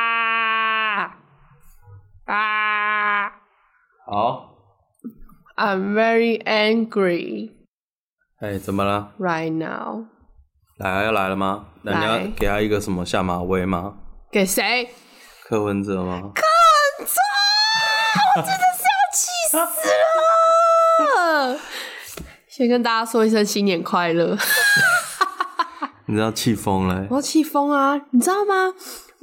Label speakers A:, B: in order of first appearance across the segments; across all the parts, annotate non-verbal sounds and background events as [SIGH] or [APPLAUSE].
A: 啊啊
B: 好，
A: ！I'm very angry
B: 哎，怎么了？
A: right now。
B: 来啊，要来了吗？那你
A: 来
B: 要给他一个什么下马威吗？
A: 给谁？
B: 柯文哲吗？
A: 气死了！先跟大家说一声新年快乐。 [LAUGHS]
B: 你知道气疯了、欸
A: 我要气疯啊！你知道吗？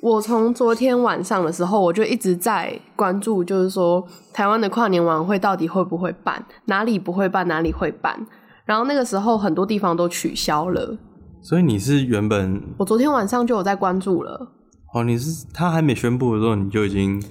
A: 我从昨天晚上的时候，我就一直在关注，就是说台湾的跨年晚会到底会不会办，哪里不会办，哪里会办。然后那个时候很多地方都取消了。
B: 所以你是原本
A: 我昨天晚上就有在关注了，
B: 哦，你是他还没宣布的时候，你就已经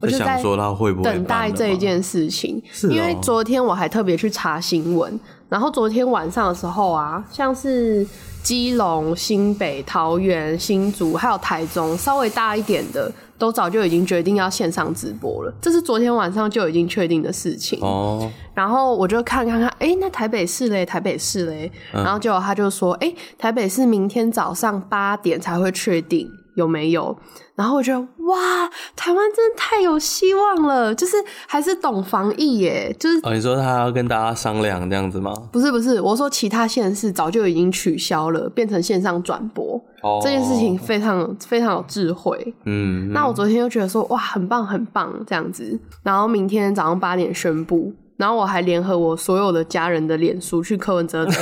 A: 我就
B: 想
A: 在
B: 说他会不会
A: 等
B: 办
A: 待
B: 了
A: 这一
B: 吗。
A: 件事情。
B: 是哦
A: 因为昨天我还特别去查新闻，然后昨天晚上的时候啊，像是基隆、新北、桃园、新竹，还有台中，稍微大一点的，都早就已经决定要线上直播了，这是昨天晚上就已经确定的事情。
B: 哦，
A: 然后我就看看看，哎、那台北市嘞，台北市嘞，然后结果他就说，哎、台北市明天早上八点才会确定有没有。然后我觉得，哇，台湾真的太有希望了，就是还是懂防疫耶，就是。
B: 哦，你说他要跟大家商量这样子吗？
A: 不是不是，我说其他县市早就已经取消了，变成线上转播，
B: 哦，
A: 这件事情，非常非常有智慧。
B: 嗯，
A: 那我昨天就觉得说，哇，很棒很棒这样子，然后明天早上八点宣布，然后我还联合我所有的家人的脸书去柯文哲
B: [LAUGHS]
A: 的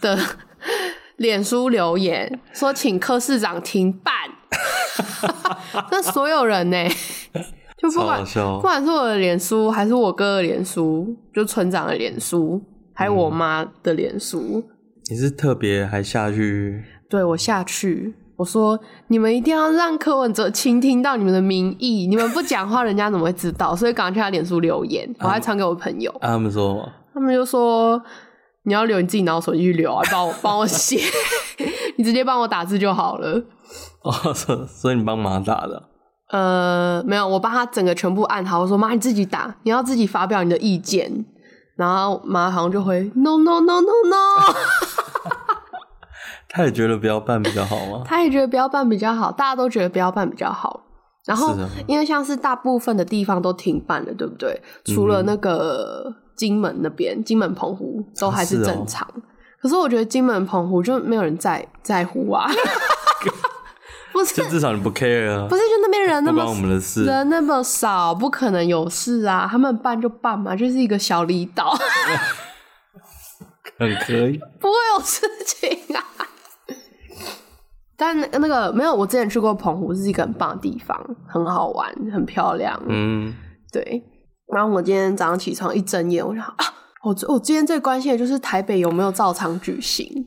A: 的脸书留言，说请柯市长停
B: [LAUGHS]
A: 办。那所有人呢、就不
B: 超
A: 管
B: 好笑哦
A: 不管是我的脸书，还是我哥的脸书，就村长的脸书，还有我
B: 嗯
A: 妈的脸书，
B: 你是特别还下去
A: 对我下去，我说你们一定要让柯文哲倾听到你们的民意，你们不讲话，人家怎么会知道？所以赶快去他脸书留言，我还传给我朋友，
B: 啊？他们说 [LAUGHS] 吗
A: 他们就说你要留你自己拿我手机去留啊，帮我帮我写， [LAUGHS] 你直接帮我打字就好了。
B: 哦，所所以你帮忙打的，啊
A: 呃，没有，我帮他整个全部按好，我说妈你自己打，你要自己发表你的意见。然后妈好像就回 no no no no no，
B: 他也觉得不要办比较好吗？
A: 他也觉得不要办比较好，大家都觉得不要办比较好。然后
B: 是啊，
A: 因为像是大部分的地方都停办了，对不对？
B: 嗯
A: 除了那个金门那边，金门、澎湖都还
B: 是
A: 是
B: 哦
A: 正常。可是我觉得金门、澎湖就没有人在在乎啊，
B: [LAUGHS]
A: 不是
B: 就至少你不 care 啊，
A: 不是，就那边人那
B: 不
A: 么
B: 关我们的事。啊
A: 人那么少，不可能有事啊。他们办就办嘛，就是一个小离岛，
B: 很可以。
A: 不会有事情啊。但那那个没有，我之前去过澎湖，是一个很棒的地方，很好玩，很漂亮。
B: [LAUGHS] 嗯，
A: 对，然后我今天早上起床一睁眼，我想啊，我最我今天最关心的就是台北有没有照常举行。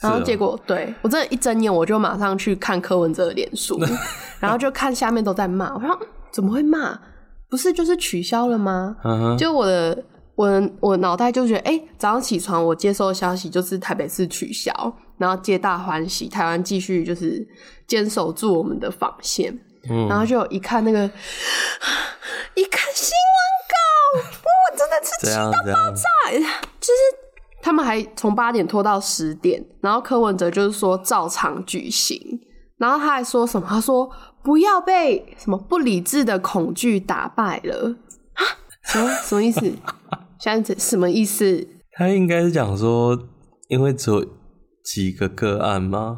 A: 然后
B: 是哦
A: 结果，对我真的，一睁眼我就马上去看柯文哲的脸
B: [LAUGHS]
A: 书，然后就看下面都在骂，我说嗯怎么会骂？不是就是取消了吗？
B: 嗯哼，
A: 就我的我的我脑袋就觉得，哎、早上起床我接收的消息就是台北市取消，然后皆大欢喜，台湾继续就是坚守住我们的防线。
B: 嗯
A: 然后就有一看那个， [SIGHS] 一看新闻稿， [LAUGHS] 我真的是
B: 这样这样，
A: 他们还从八点拖到十点，然后柯文哲就是说照常举行，然后他还说什么？他说不要被什么不理智的恐惧打败了啊？什么什么意思？现在什么意思？
B: 他应该是讲说，因为只有几个个案吗？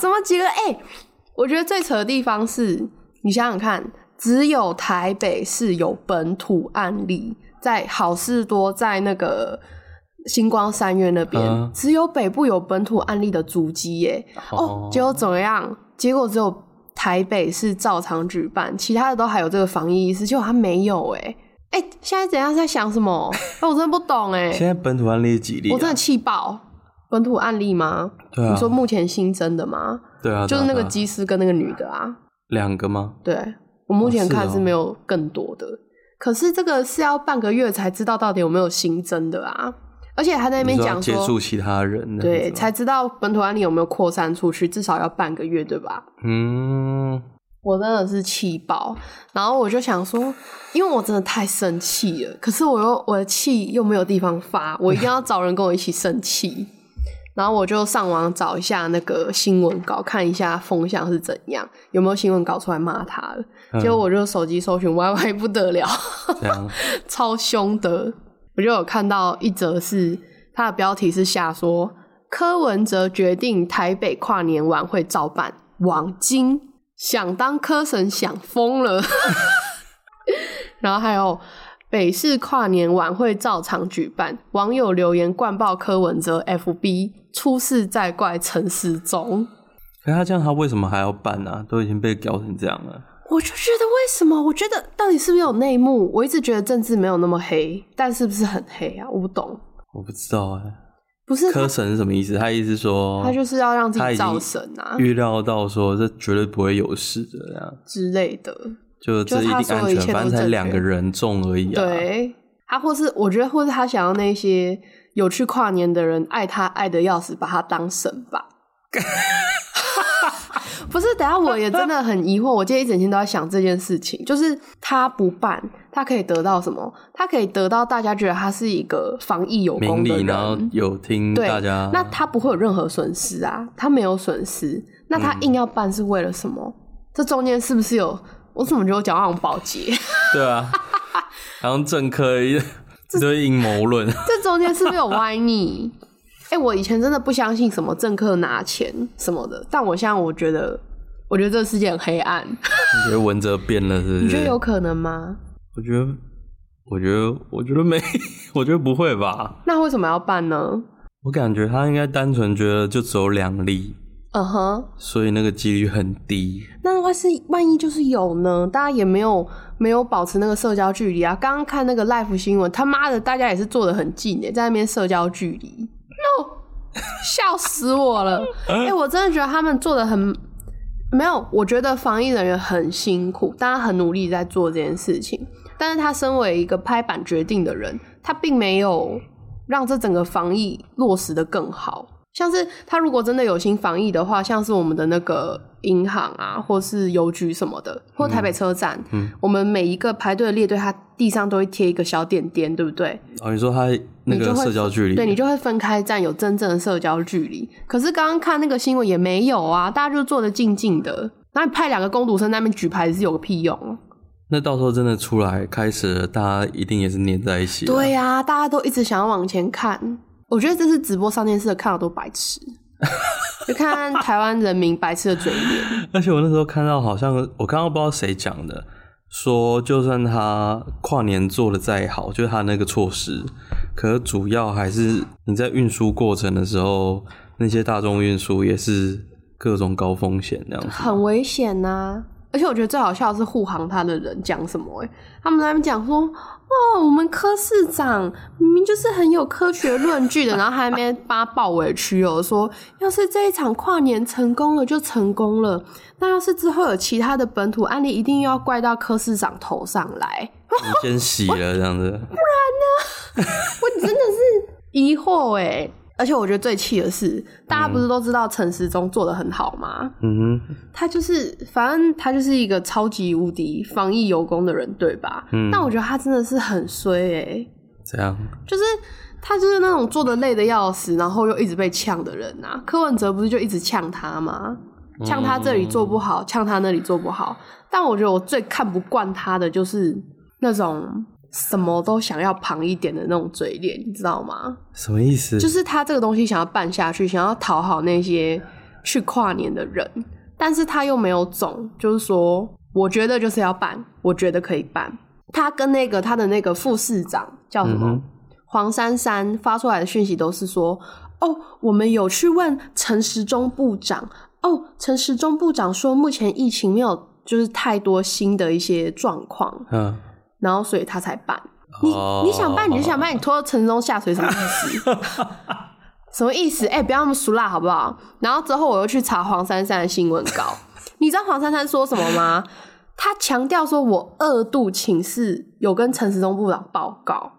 A: 什么几个？哎、我觉得最扯的地方是，你想想看，只有台北市有本土案例，在好事多，在那个星光三院那边，
B: 嗯
A: 只有北部有本土案例的足迹耶。哦，结果怎么样？结果只有台北市照常举办，其他的都还有这个防疫意识，结果他没有哎。哎、现在怎样在想什
B: [LAUGHS]
A: 么？那我真的不懂哎、
B: 现在本土案例几例啊？
A: 我真的气爆。本土案例吗？
B: 对啊
A: 你说目前新增的吗？
B: 对啊，
A: 就是那个
B: 几
A: 机师跟那个女的啊。
B: 两个吗？
A: 对我目前看
B: 哦
A: 是没有更多的，可是这个是要半个月才知道到底有没有新增的啊。而且还在那边
B: 你说
A: 讲
B: 要接
A: 说，
B: 触其他人，
A: 对，才知道本土案例有没有扩散出去，至少要半个月，对吧？
B: 嗯，
A: 我真的是气爆，然后我就想说，因为我真的太生气了，可是我又我的气又没有地方发，我一定要找人跟我一起生气。然后我就上网找一下那个新闻稿，看一下风向是怎样，有没有新闻稿出来骂他了。
B: 嗯
A: 结果我就手机搜寻 [LAUGHS] YY 不得了，
B: 这样，
A: 超凶的。我就有看到一则是它的标题是下说柯文哲决定台北跨年晚会照办，网金想当柯神想疯了。 [LAUGHS] 然后还有北市跨年晚会照常举办，网友留言灌爆柯文哲 FB，出事再怪陈时中。
B: 可是他这样，他为什么还要办啊？都已经被搞成这样了，
A: 我就觉得为什么？我觉得到底是不是有内幕？我一直觉得政治没有那么黑，但是不是很黑啊？我不懂，
B: 我不知道哎、
A: 不是
B: 科神是什么意思？他意思说，
A: 他就是要让自
B: 哦他
A: 己
B: 已经
A: 造神啊
B: 预料到说这绝对不会有事的，这样
A: 之类的。
B: 就
A: 就
B: 这
A: 是
B: 一定
A: 他
B: 安
A: 所有一
B: 全，
A: 切都
B: 反正才
A: 正
B: 两
A: 确
B: 个人中而已啊。，
A: 对他，或是我觉得，或是他想要那些有去跨年的人爱他爱的要死，把他当神
B: [LAUGHS]
A: 吧。不是，等一下我也真的很疑惑，我今天一整天都在想这件事情，就是他不办，他可以得到什么？他可以得到大家觉得他是一个防疫有
B: 明
A: 功的
B: 理，
A: 人，
B: 然后有听
A: 对
B: 大家，
A: 那他不会有任何损失啊，他没有损失，那
B: 嗯
A: 他硬要办是为了什么？这中间是不是有？我怎么觉得我讲话很保洁？ [LAUGHS]
B: 对啊，然后政科一 [LAUGHS] 一堆阴谋
A: [LAUGHS]
B: 论，
A: 这中间是不是有歪逆？哎、我以前真的不相信什么政客拿钱什么的，但我现在我觉得，我觉得这世界很黑暗。
B: 你觉得文哲变了是不
A: 你觉
B: 是
A: 得？有可能吗？
B: 我觉得，我觉得，我觉得没， [LAUGHS] 我觉得不会吧？
A: 那为什么要办呢？
B: 我感觉他应该单纯觉得就只有两例，
A: 嗯哼，
B: 所以那个几率很低。
A: 那万是万一就是有呢？大家也没有没有保持那个社交距离啊。刚刚看那个 live 新闻，他妈的，大家也是坐得很近诶、在那边社交距离。No，笑死我了！哎、我真的觉得他们做的很没有，我觉得防疫人员很辛苦，大家很努力在做这件事情。但是他身为一个拍板决定的人，他并没有让这整个防疫落实的更好。像是他如果真的有心防疫的话，像是我们的那个银行啊，或是邮局什么的，或台北车站，
B: 嗯
A: 我们每一个排队的列队，它地上都会贴一个小点点，对不对？
B: 哦，你说他那
A: 你就
B: 个
A: 会
B: 社交距离，
A: 对你就会分开站，有真正的社交距离。可是刚刚看那个新闻也没有啊，大家就坐得静静的。那你派两个工读生在那边举牌子有个屁用？啊
B: 那到时候真的出来开始了，大家一定也是黏在一起、啊。
A: 对呀、大家都一直想要往前看。我觉得这是直播上电视的看到都白痴，就看台湾人民白痴的嘴脸。
B: 而且我那时候看到，好像我刚刚不知道谁讲的，说就算他跨年做的再好，就是他那个措施，可是主要还是你在运输过程的时候，那些大众运输也是各种高风险那样子。
A: 很危险呐、而且我觉得最好笑的是护航他的人讲什么、欸？他们在那边讲说，哦，我们柯市长明明就是很有科学论据的，然后还在那边八抱委屈哦，说要是这一场跨年成功了就成功了，那要是之后有其他的本土案例，一定又要怪到柯市长头上来。
B: 你先洗了这样子，
A: 我真的是疑惑哎、而且我觉得最气的是，大家不是都知道陈时中做的很好吗？
B: 嗯
A: 他就是，反正他就是一个超级无敌防疫有功的人，对吧？
B: 嗯
A: 但我觉得他真的是很衰诶、
B: 哼，这样
A: 就是他就是那种做的累的要死，然后又一直被呛的人啊。柯文哲不是就一直呛他吗？呛他这里做不好，呛他那里做不好。但我觉得我最看不惯他的就是那种什么都想要旁一点的那种嘴脸，你知道吗？
B: 什么意思？
A: 就是他这个东西想要办下去，想要讨好那些去跨年的人，但是他又没有种，就是说，我觉得就是要办，我觉得可以办。他跟那个他的那个副市长叫什么、
B: 嗯哼
A: 黄珊珊发出来的讯息都是说，哦，我们有去问陈时中部长，哦，陈时中部长说目前疫情没有就是太多新的一些状况，
B: 嗯，
A: 然后所以他才办。你你想办你就想办，你拖到陈中下水什么意思？什么意思？哎、不要那么俗辣好不好？然后之后我又去查黄珊珊的新闻稿，你知道黄珊珊说什么吗？她强调说我二度请示，有跟陈时中部长报告。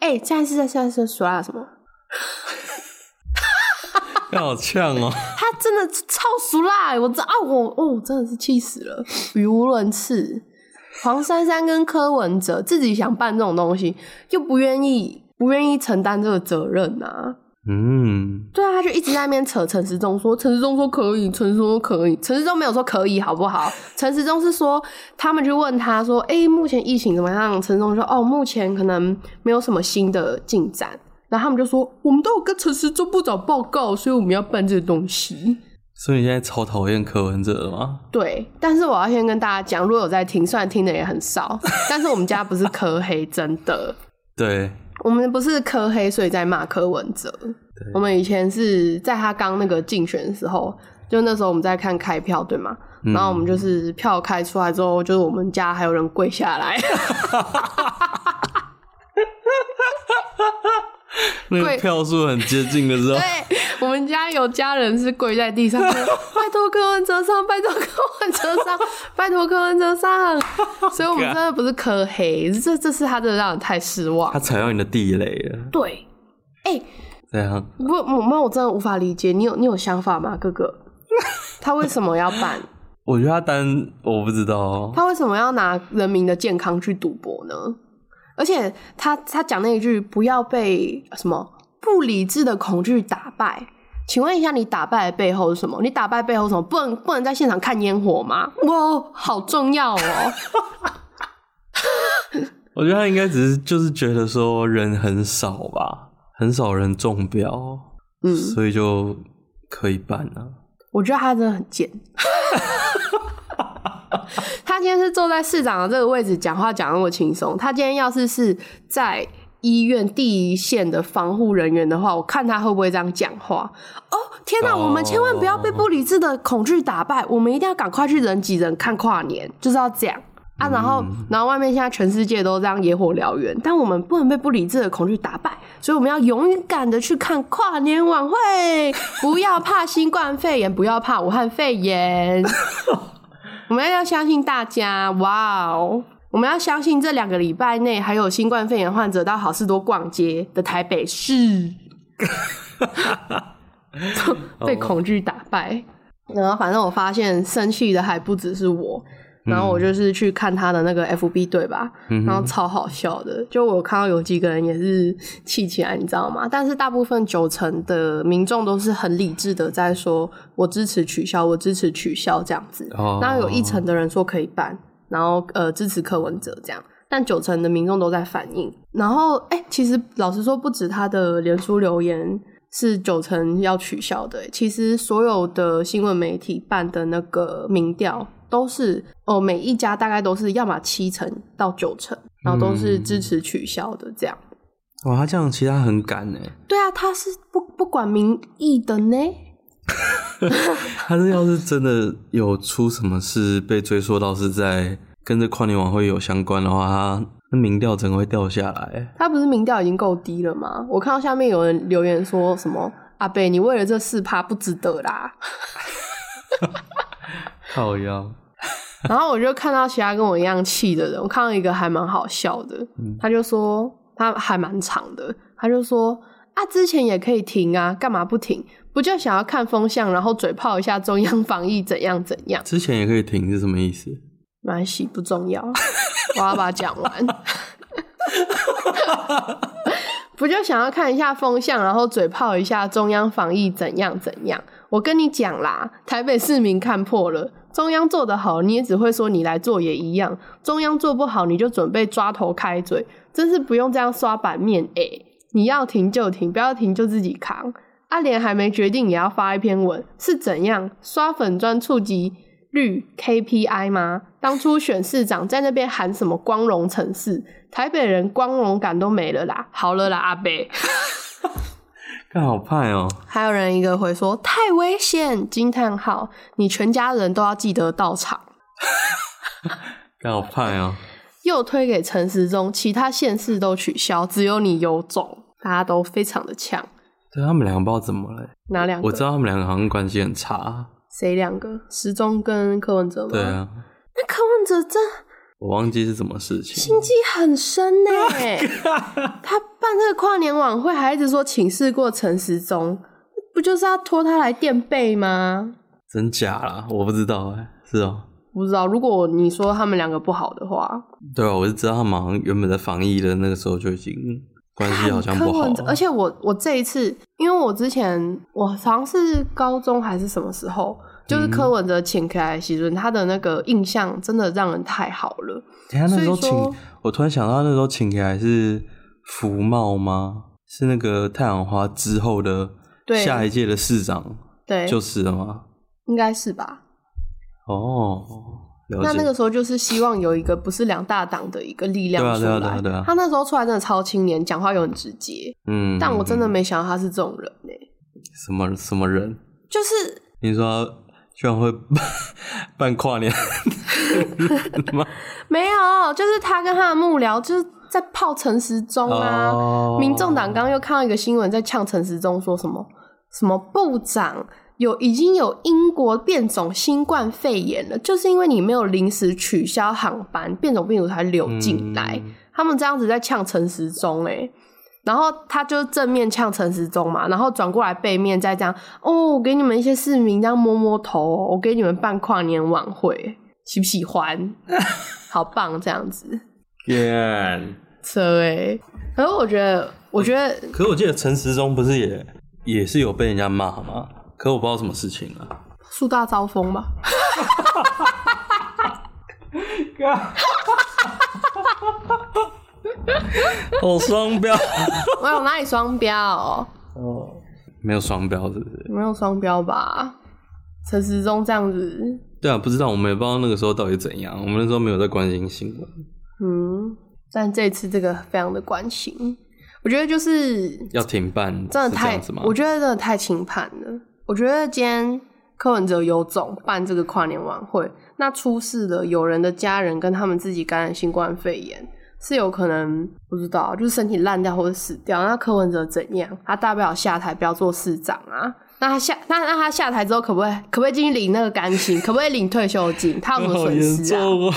A: 哎、现在是在现在是俗辣什么？
B: 办，好呛哦。
A: 他真的超俗辣、欸，我知啊，我哦，我真的是气死了，语无伦次。黄珊珊跟柯文哲自己想办这种东西，又不愿意不愿意承担这个责任啊，
B: 嗯，
A: 对啊，他就一直在那边扯陈时中说，陈时中说可以，陈时中说可以，陈时中没有说可以，好不好？陈时中是说他们去问他说，哎、目前疫情怎么样？陈时中说，哦，目前可能没有什么新的进展。然后他们就说，我们都有跟陈时中部长报告，所以我们要办这个东西。
B: 所以你现在超讨厌柯文哲的吗？
A: 对，但是我要先跟大家讲，如果有在听，虽然听的也很少，但是我们家不是科黑，真的，
B: 对，
A: 我们不是科黑，所以在骂柯文哲。我们以前是在他刚那个竞选的时候，就那时候我们在看开票，对吗？然后我们就是票开出来之后，就是我们家还有人跪下来，
B: 那
A: 贵
B: 个票数很接近的时候，
A: 对我们家有家人是跪在地上说，拜托柯文哲上，拜托柯文哲上，拜托柯文哲上。所以我们真的不是科黑，这这次他真的让人太失望
B: 他。踩到你的地雷了，
A: 对，哎、
B: 这样
A: 不，我没有，我真的无法理解。你有你有想法吗，哥哥？他为什么要办？
B: 我觉得他单我不知道哦，
A: 他为什么要拿人民的健康去赌博呢？而且他他讲那一句不要被什么不理智的恐惧打败。请问一下，你打败的背后是什么？你打败背后是什么？不能不能在现场看烟火吗？哇，好重要哦！
B: 我觉得他应该只是就是觉得说人很少吧，很少人中标，
A: 嗯
B: 所以就可以办啊。
A: 我觉得他真的很贱。 [LAUGHS] 他今天是坐在市长的这个位置讲话讲那么轻松，他今天要是是在医院第一线的防护人员的话，我看他会不会这样讲话。哦，天哪、
B: 哦
A: 我们千万不要被不理智的恐惧打败，我们一定要赶快去人挤人看跨年，就是要这样。啊，然后，然后外面现在全世界都这样野火燎原，但我们不能被不理智的恐惧打败，所以我们要勇敢的去看跨年晚会，不要怕新冠肺炎，不要怕武汉肺炎， [LAUGHS] 我们要相信大家，哇哦！我们要相信这两个礼拜内还有新冠肺炎患者到好事多逛街的台北市，被恐惧打败。然后反正我发现生气的还不只是我，然后我就是去看他的那个 FB 对吧，
B: 嗯
A: 然后超好笑的，就我看到有几个人也是气起来，你知道吗？但是大部分九成的民众都是很理智的在说，我支持取消，我支持取消这样子。
B: 哦
A: 然后有一成的人说可以办，然后呃支持柯文哲这样，但九成的民众都在反映。然后哎、其实老实说，不止他的脸书留言是九成要取消的、其实所有的新闻媒体办的那个民调都是哦，每一家大概都是要么七成到九成，然后都是支持取消的这样。
B: 哇，他这样其实他很敢欸呢，
A: 嗯对啊，他是不不管民意的呢。
B: 他是要是真的有出什么事被追溯到是在跟这跨年晚会有相关的话，他那民调整个会掉下来。欸
A: 他不是民调已经够低了吗？我看到下面有人留言说什么阿贝，你为了这四趴不值得啦。 [LAUGHS]
B: 靠腰，
A: 然后我就看到其他跟我一样气的人，我看到一个还蛮好笑的，他就说他还蛮长的，他就说啊，之前也可以停啊，干嘛不停？不就想要看风向，然后嘴炮一下中央防疫怎样怎样？
B: 之前也可以停是什么意思？
A: 没关系，不重要，我要把它讲完。 [LAUGHS] 不就想要看一下风向，然后嘴炮一下中央防疫怎样怎样？我跟你讲啦，台北市民看破了，中央做得好，你也只会说你来做也一样；中央做不好，你就准备抓头开嘴，真是不用这样刷版面诶、你要停就停，不要停就自己扛。阿莲还没决定也要发一篇文，是怎样刷粉砖触及率 KPI 吗？当初选市长在那边喊什么光荣城市，台北人光荣感都没了啦。好了啦，阿北。
B: 干好派哦、
A: 还有人一个回说太危险！惊叹号，你全家人都要记得到场。
B: 干好派哦、
A: 又推给陈时中，其他县市都取消，只有你有种。大家都非常的呛，
B: 对他们两个不知道怎么了，欸
A: 哪两个？
B: 我知道他们两个好像关系很差。
A: 谁两个？时钟跟柯文哲吗？
B: 对。啊，
A: 那柯文哲真
B: 我忘记是什么事情
A: 心。机很深
B: [LAUGHS]
A: 呢、他办这个跨年晚会，还一直说请示过陈时中，不就是要拖他来垫背吗？
B: 真假啦，我不知道哎、是哦、
A: 不知道，如果你说他们两个不好的话，
B: 对啊，我是知道他们好像原本在防疫的那个时候就已经关系好像
A: 柯
B: 不好
A: 文哲，而
B: 啊。
A: 且我我这一次，因为我之前我好像是高中还是什么时候，就是柯文哲请克莱希
B: 嗯
A: 顿，他的那个印象真的让人太好了。
B: 等一下那时候
A: 所以说
B: 请，我突然想到那时候请给还是福茂吗？是那个太阳花之后的
A: 对
B: 下一届的市长
A: 对，
B: 就是了吗？
A: 应该是吧。
B: 哦，了解。
A: 那那个时候就是希望有一个不是两大党的一个力量
B: 对啊
A: 出
B: 对
A: 来。
B: 啊对啊对啊
A: 他那时候出来真的超青年，讲话又很直接，
B: 嗯，
A: 但我真的没想到他是这种人呢、
B: 什么什么人？
A: 就是
B: 你说他居然会 [LAUGHS] 办跨年吗？
A: 没有，就是他跟他的幕僚就是在泡陈时中啊。
B: 哦
A: 民众党刚刚又看到一个新闻，在呛陈时中说什么什么部长有已经有英国变种新冠肺炎了，就是因为你没有临时取消航班，变种病毒才流进来。
B: 嗯
A: 他们这样子在呛陈时中、欸，然后他就正面呛陈时中嘛，然后转过来背面再这样，哦，我给你们一些市民这样摸摸头哦、我给你们办跨年晚会，喜不喜欢？好棒，这样子，
B: 干
A: 车哎、欸，可是我觉得，我觉得
B: 可是我记得陈时中不是也也是有被人家骂吗？可我不知道什么事情啊。
A: 树大招风吧，
B: 哦，双标
A: 我有哪里双标？
B: 哦，没有双标是不是？
A: 没有双标吧？陈时中这样子，
B: 对啊，不知道，我们也不知道那个时候到底怎样。我们那时候没有在关心新闻，
A: 嗯，但这次这个非常的关心，我觉得就是
B: 要停办，
A: 真的
B: 是这
A: 太
B: 样子吗，？
A: 我觉得真的太轻判了。我觉得今天柯文哲有种办这个跨年晚会，那出事了，有人的家人跟他们自己感染新冠肺炎，是有可能不知道，就是身体烂掉或者死掉。那柯文哲怎样？他大不了下台，不要做市长啊。那他下那那他下台之后，可不可以可不可以进去领那个干薪？可不可以领退休金？他有什么
B: 好
A: 损
B: 严
A: 失啊？
B: 重啊！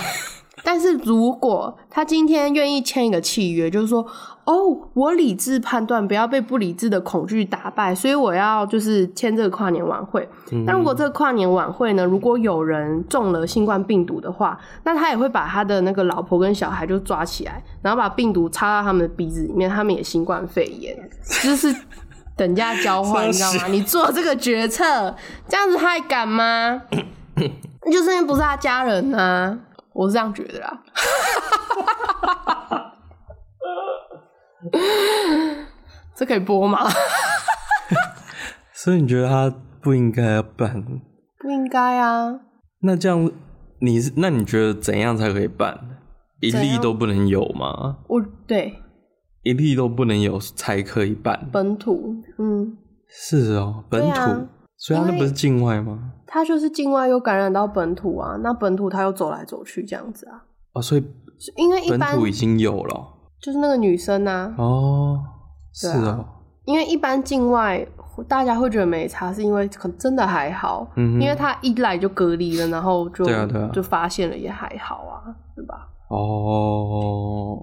A: 但是如果他今天愿意签一个契约，就是说，哦，我理智判断，不要被不理智的恐惧打败，所以我要就是签这个跨年晚会。那、如果这个跨年晚会呢，如果有人中了新冠病毒的话，那他也会把他的那个老婆跟小孩就抓起来，然后把病毒插到他们的鼻子里面，他们也新冠肺炎， [LAUGHS] 就是等价交换，你知道 [LAUGHS] 吗？你做这个决策，这样子他还敢 [COUGHS] 吗？就是因为不是他家人啊，我是这样觉得啦。这可以播吗？
B: [LAUGHS] 所以你觉得他不应该要办？
A: 不应该啊，
B: 那这样，你是那你觉得怎样才可以办？一
A: 怎
B: 例
A: 样
B: 都不能有吗？
A: 我对
B: 一例都不能有才可以办？
A: 本土，嗯，
B: 是哦，本
A: 对
B: 土，
A: 啊
B: 所以他
A: 因
B: 那
A: 为
B: 不是境外吗？
A: 他就是境外又感染到本土啊，那本土他又走来走去这样子啊，
B: 哦，所以
A: 是因为一
B: 本
A: 般
B: 土已经有了哦
A: 就是那个女生啊，
B: 哦，是
A: 对啊
B: 哦，
A: 因为一般境外大家会觉得没差，是因为可真的还好，
B: 嗯哼
A: 因为他一来就隔离了，然后就
B: 对啊对啊
A: 就发现了也还好啊，对吧？
B: 哦，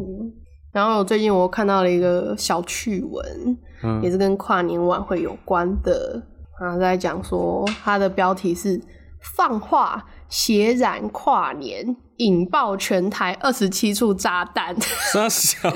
A: 嗯。然后我最近我看到了一个小趣闻，也
B: 嗯，
A: 是跟跨年晚会有关的，啊，在讲说它的标题是“放话血染跨年，引爆全台二十七处炸弹”。 [LAUGHS]
B: 傻小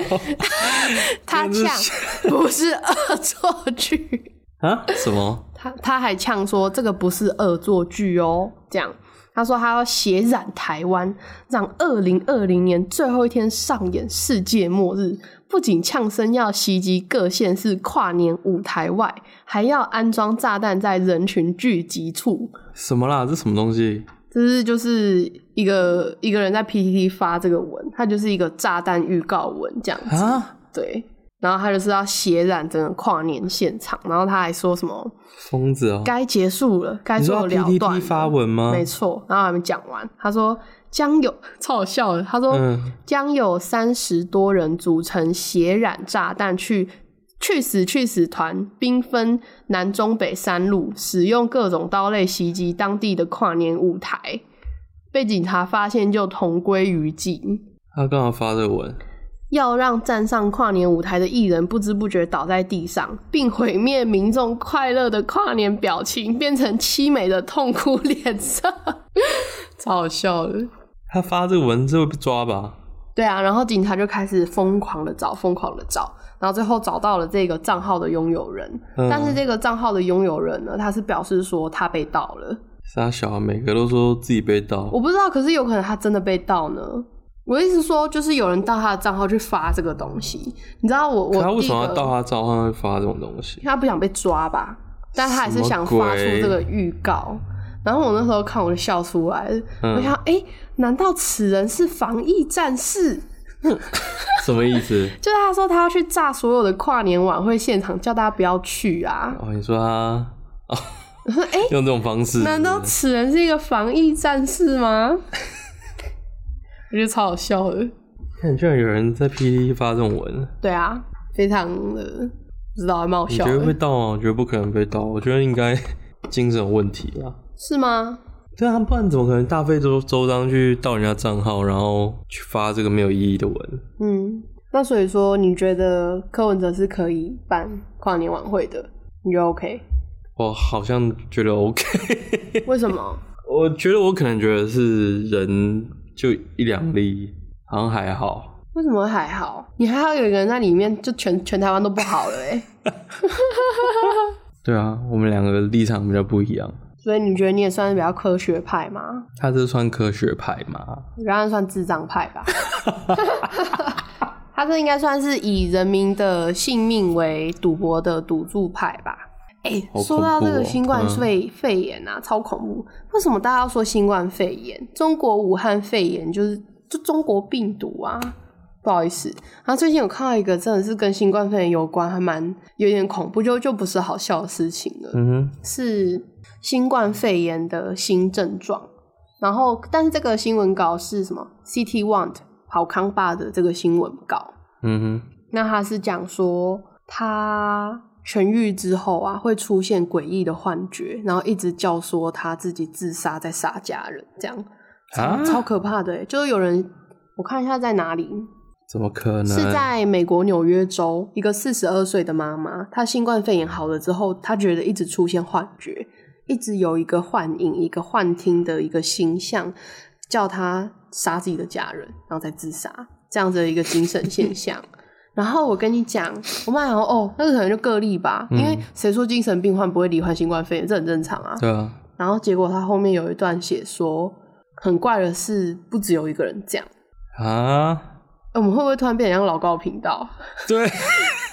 A: 他
B: 真是
A: 呛不是恶作剧。
B: 啊？什么？
A: 他他还呛说这个不是恶作剧哦，这样他说他要血染台湾，让二零二零年最后一天上演世界末日。不仅呛声要袭击各县市跨年舞台外，还要安装炸弹在人群聚集处。
B: 什么啦？这什么东西？
A: 这是就是一个一个人在 PTT 发这个文，他就是一个炸弹预告文这样子。
B: 啊？
A: 对，然后他就是要血染整个跨年现场，然后他还说什么
B: 疯子哦！
A: 该结束了，该
B: 你
A: 做
B: 说
A: 了了断了。
B: PPT 发文吗？
A: 没错，然后还没讲完，他说将有超好笑的，他说、
B: 嗯
A: 将有三十多人组成血染炸弹去。去死去死团兵分南中北三路，使用各种刀类袭击当地的跨年舞台，被警察发现就同归于尽。
B: 他干嘛发这文？
A: 要让站上跨年舞台的艺人不知不觉倒在地上，并毁灭民众快乐的跨年表情，变成凄美的痛苦 [LAUGHS] 脸色，超好笑的。
B: 他发这文是会被抓吧？
A: 对啊，然后警察就开始疯狂的找，疯狂的找，然后最后找到了这个账号的拥有人。
B: 嗯
A: 但是这个账号的拥有人呢，他是表示说他被盗了。
B: 傻小啊，每个都说自己被盗
A: 我，不知道，可是有可能他真的被盗呢。我意思说，就是有人盗他的账号去发这个东西，你知道我
B: 可
A: 我
B: 他为
A: 第一
B: 什么
A: 个
B: 要盗他照，他会发这种东西？
A: 他不想被抓吧？但他还是
B: 什么
A: 想发出
B: 鬼嗯
A: 这个预告。然后我那时候看我就笑出来了，我想，哎、难道此人是防疫战士？
B: 什么意思？
A: 就是他说他要去炸所有的跨年晚会现场，叫大家不要去啊！
B: 哦，你说他
A: [LAUGHS]
B: 哦，
A: 哎
B: [LAUGHS] 用这种方式，
A: 难道此人是一个防疫战士吗？ [LAUGHS] 我觉得超好笑的。
B: 看居然有人在 PPT 发这种文？
A: 对啊，非常的不知道，还蛮好
B: 你
A: 笑
B: 觉得
A: 的
B: 会，盗吗？我觉得不可能被盗，我觉得应该 [LAUGHS] 精神有问题啦。
A: 是吗？
B: 对啊，不然怎么可能大费周周章去盗人家账号，然后去发这个没有意义的文？
A: 嗯，那所以说，你觉得柯文哲是可以办跨年晚会的？你觉得 OK？
B: 我好像觉得 OK， [LAUGHS]
A: 为什么？
B: 我觉得我可能觉得是人就一两例，好像还好。
A: 为什么还好？你还好有一个人在里面，就全全台湾都不好了哎、
B: 对啊，我们两个立场比较不一样。
A: 所以你觉得你也算是比较科学派吗？
B: 他这算科学派吗？
A: 我觉得他算智障派吧。 [LAUGHS] 他这应该算是以人民的性命为赌博的赌注派吧。哎、
B: 好恐怖哦嗯
A: 说到这个新冠肺肺炎啊，超恐怖！为什么大家要说新冠肺炎？中国武汉肺炎就是就中国病毒啊。不好意思，然后最近有看到一个真的是跟新冠肺炎有关，还蛮有点恐怖，就就不是好笑的事情了。
B: 嗯
A: 是新冠肺炎的新症状。然后，但是这个新闻稿是什么？CT Want 跑康爸的这个新闻稿，
B: 哼，嗯哼，
A: 那他是讲说他痊愈之后啊，会出现诡异的幻觉，然后一直叫说他自己自杀在杀家人，这样超、
B: 啊
A: 超可怕的欸。就是有人，我看一下在哪里，
B: 怎么可能？
A: 是在美国纽约州，一个四十二岁的妈妈，她新冠肺炎好了之后，她觉得一直出现幻觉，一直有一个幻影、一个幻听的一个形象，叫她杀自己的家人，然后再自杀，这样子的一个精神现象。然后我跟你讲，我妈想说哦，那个可能就个例吧，因为谁说精神病患不会罹患新冠肺炎，这很正常啊。
B: 对啊，
A: 然后结果她后面有一段写说，很怪的是，不只有一个人这样。
B: 啊，
A: 欸我们会不会突然变成像老高频道？
B: 对，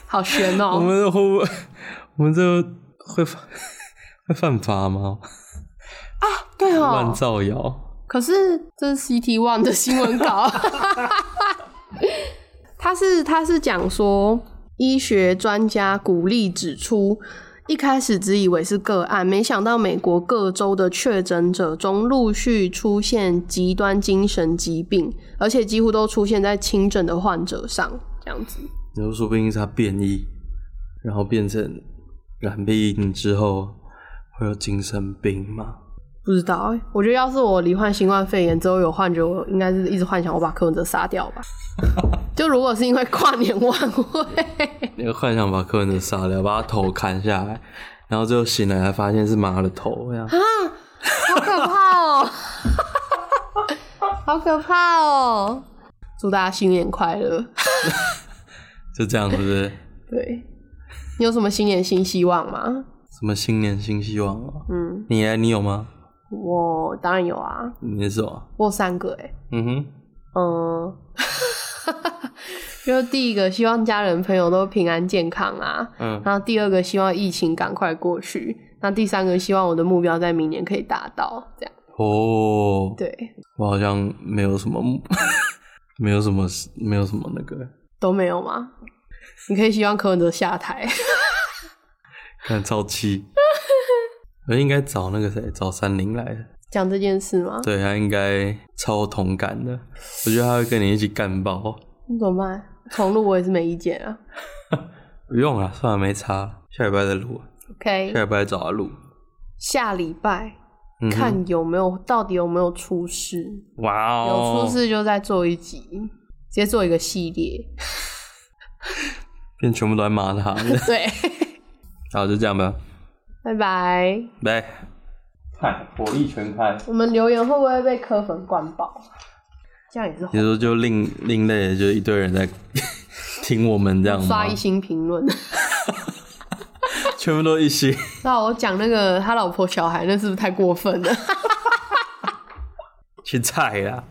A: 好悬哦、
B: 我们会不会，我们这会犯会犯法吗？
A: 对
B: 乱
A: 哦，
B: 造谣，
A: 可是这是 CT One 的新闻
B: [LAUGHS]
A: 稿，他是他是讲说，医学专家鼓励指出。一开始只以为是个案，没想到美国各州的确诊者中陆续出现极端精神疾病，而且几乎都出现在轻症的患者上，这样子。
B: 你说说不定是他变异，然后变成染病之后会有精神病吗？
A: 不知道哎、我觉得要是我罹患新冠肺炎之后有幻觉，我应该是一直幻想我把柯文哲杀掉吧。就如果是因为跨年晚会，哎
B: 那个幻想把柯文哲杀掉，把他头砍下来，然后最后醒来才发现是妈的头呀！
A: 啊好可怕 [LAUGHS] 哦、好哦可怕哦、祝大家新年快乐！
B: 就这样，是不是？
A: 对你有什么新年新希望吗？
B: 什么新年新希望啊？
A: 嗯，
B: 你呢你有吗？
A: 我当然有啊，
B: 你是什么？
A: 我有三个哎、
B: 嗯哼，
A: 嗯， [LAUGHS] 就是第一个希望家人朋友都平安健康啊，
B: 嗯，
A: 然后第二个希望疫情赶快过去，那第三个希望我的目标在明年可以达到，这样
B: 哦，
A: 对
B: 我好像没有什么， [LAUGHS] 没有什么，没有什么那个，
A: 都没有吗？你可以希望柯文哲下台，
B: 看
A: [LAUGHS]
B: 超气。我应该找那个谁，找三林来，
A: 讲这件事吗？
B: 对他应该超同感的，我觉得他会跟你一起干爆。
A: 那怎么办？重录我也是没意见啊。
B: 不用了，算了，没差，下礼拜再录，啊下
A: OK，
B: 礼拜找他录。
A: 下礼拜
B: 嗯哼，
A: 看有没有到底有没有出事，
B: 哇哦，
A: 有出事就再做一集，直接做一个系
B: [LAUGHS]
A: 列。
B: 变全部都在骂
A: [LAUGHS]
B: 他。
A: 对，
B: 好，就这样吧，
A: 拜拜。
B: 拜。看，火力全开。
A: 我们留言会不会被柯粉灌爆？这样也是
B: 你说就另另类的，就一堆人在 [LAUGHS] 听我们这样吗
A: 刷一？星评论。
B: 全部都一星，
A: [LAUGHS] 那我讲那个他老婆小孩，那是不是太过分了？
B: 去菜啦。